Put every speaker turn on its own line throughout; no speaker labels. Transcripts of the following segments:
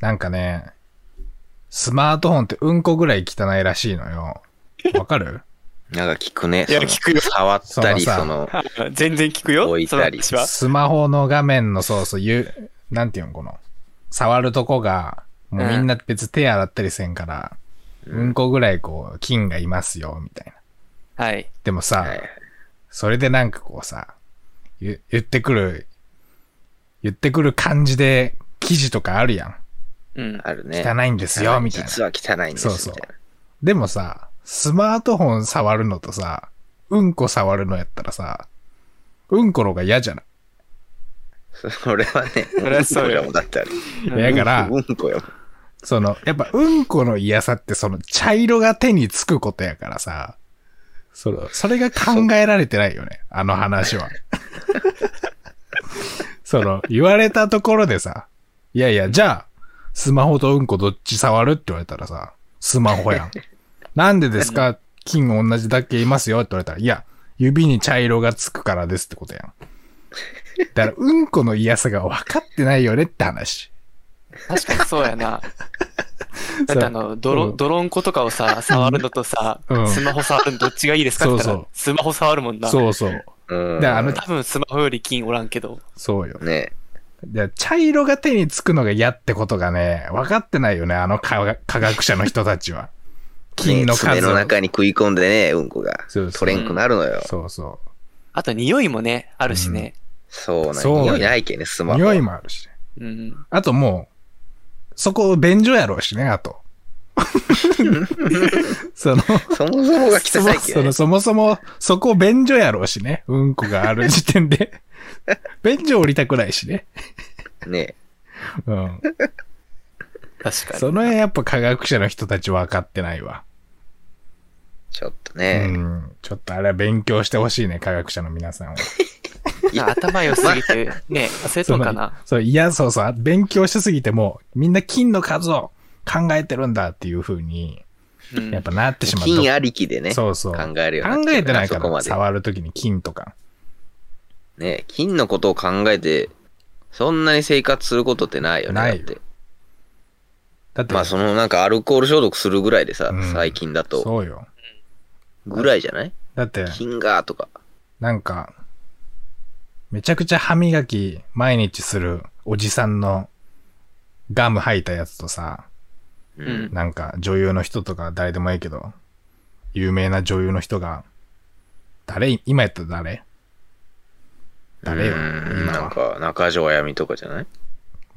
なんかね、スマートフォンってうんこぐらい汚いらしいのよ。わか る
なんか聞くね。
いや
その
聞くよ
触ったり、
そのさ
その、
全然聞くよ。
置いたり
その話は
スマホの画面の、そうそう、ゆ、なんていうの、この、触るとこが、もうみんな別に手洗ったりせんから、うん、こぐらいこう、菌がいますよ、みたいな。
はい。
でもさ、
はい
それでなんかこうさ、ゆ言ってくる、言ってくる感じで、記事とかあるやん。
うん。
あるね。
汚いんですよ、みたいな。
実は汚いんです
そ
み
う
た
そう
いな。
でもさ、スマートフォン触るのとさ、うんこ触るのやったらさ、うんこの方が嫌じゃない
それはね、
それはそうよ
うんこやもんだってあれ。
だから
うんこやもん。
その、やっぱうんこの嫌さってその茶色が手につくことやからさ、その、それが考えられてないよね、あの話は。 その、言われたところでさ、いやいや、じゃあ、スマホとうんこどっち触るって言われたらさ、スマホやん。なんでですか金同じだけいますよって言われたら、いや、指に茶色がつくからですってことやん。だから、うんこの嫌さが分かってないよねって話。
確かにそう やな。だってあの、
う
泥、
ん
泥んことかをさ、触るのとさ、
うん
スマホ触るのどっちがいいですかって言った
そう
ら
そう、
スマホ触るもんな。
そうそう。
うん。
であの
多分スマホより金おらんけど。
そうよ。
ね
で茶色が手につくのが嫌ってことがね、分かってないよね、あの科学科学者の人たちは。菌の
ね爪
数を
の中に食い込んでね、うんこが
そうそう
取れんくなるのよ。
そうそ
あと匂いもね、あるしね。
そうなん
そう
匂いないけね、ス
う。
マホ。
匂いもあるしね。
うん。
あともう、そこ便所やろうしね、あと。その、
そもそもが
そ
汚
も
いけど
そ
ね
の。そもそも、そこ便所やろうしね。うんこがある時点で。便所降りたくないしね。
ね
うん。
確かに。
その辺やっぱ科学者の人たち分かってないわ。
ちょっと
う
ね。
ん。ちょっとあれは勉強してほしいね、科学者の皆さんは。
な頭良すぎて、 ね、焦
そ
っと
うん
かな。
そう、いや、そうそう、勉強しすぎても、みんな金の数を考えてるんだっていう風に、
うん
やっぱなってしまう。
金ありきでね。
そうそう。
考
考
えるようになっちゃう
えてないか
そこま
ら、
で
触るときに金とか。
ね金のことを考えて、そんなに生活することってないよね。
ないよ
だって
だって、
まあそのなんかアルコール消毒するぐらいでさ、
うん
最近だと。
そうよ。
ぐらいじゃない
だって、
金がとか。
なんか、めちゃくちゃ歯磨き毎日するおじさんのガム吐いたやつとさ、
う。
うんん。
なんか女優の人とか誰でもいいけど、有名な女優の人が、誰今やったら誰誰よ
うん
今は
なんか中条あやみとかじゃない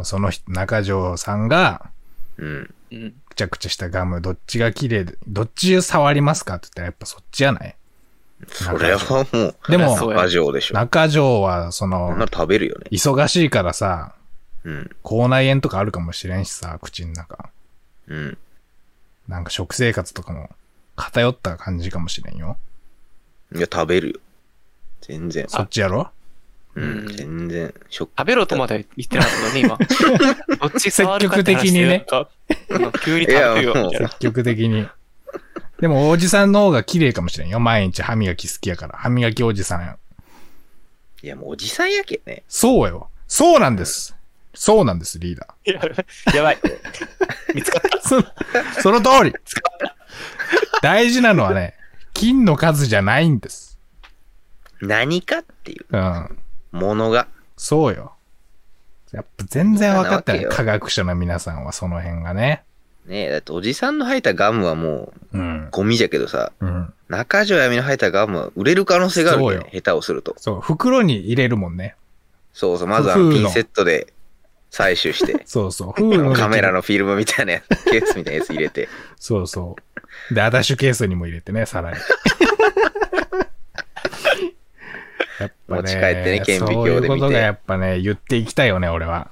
その人中条さんが、
うん。
うん。
くちゃくちゃしたガム、どっちが綺麗で、どっち触りますかって言ったらやっぱそっちやない
それはもう、
で
そ
も、
う
中条でしょ。
中条はそ
こ
の
んな、の食べるよね。
忙しいからさ、
うん。
口内炎とかあるかもしれんしさ、口の中。
うん。
なんか食生活とかも偏った感じかもしれんよ。
いや、食べるよ。全然。
そっちやろ
う。
うんん
全然。食
食べろとまでは言ってなかったのね、今。 どっち触るかって話でなんかうん急に食べるよ、みたいな。
積極的に。でもおじさんの方が綺麗かもしれんよ。毎日歯磨き好きやから。歯磨きおじさんや。
いや、もうおじさんやけね。
そうよ。そうなんです。そうなんです、リーダー。
やばい。見つかっ た。
そのその通り大事なのはね、金の数じゃないんです。
何かっていう
うん。
ものが。
そうよ。やっぱ全然分かってない。
そんなわけよ
科学者の皆さんはその辺がね。
ねえ、だっておじさんの吐いたガムはも
う。
うんゴミじゃけどさ、
うん。
中条やみの吐いたガムは売れる可能性がある
そう
よ
よ
ね。下手をすると。
そう、袋に入れるもんね。
そうそう、まずあの
工夫
ピ
の
ンセットで採 取して、
そうそう。フード
カメラ
の。
のフィルムみたいな やつ、ケースみたいなやつ入れて、
そうそう。で、アタッシュケースにも入れてね、 さらに。やっぱね、
持ち帰ってね顕微鏡で見て
そういうことがやっぱね、言っていきたいよね、俺は。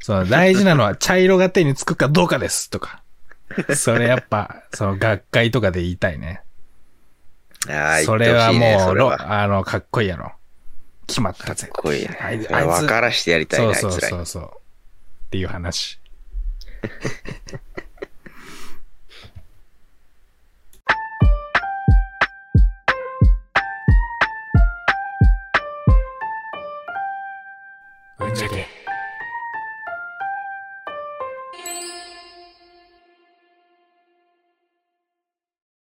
その大事なの は茶色が手につくかどうかです、とか。それやっぱ、その学会とかで言いたいね。
ああ、
それはもう、
言ってほしいねそれ
ろ
はかっ
あの、かっこいいやろ。決まったぜ。
こいいね。
あい
それ分からしてやりたい
そう
な、あい
そう
つらに
そうそう。っていう話。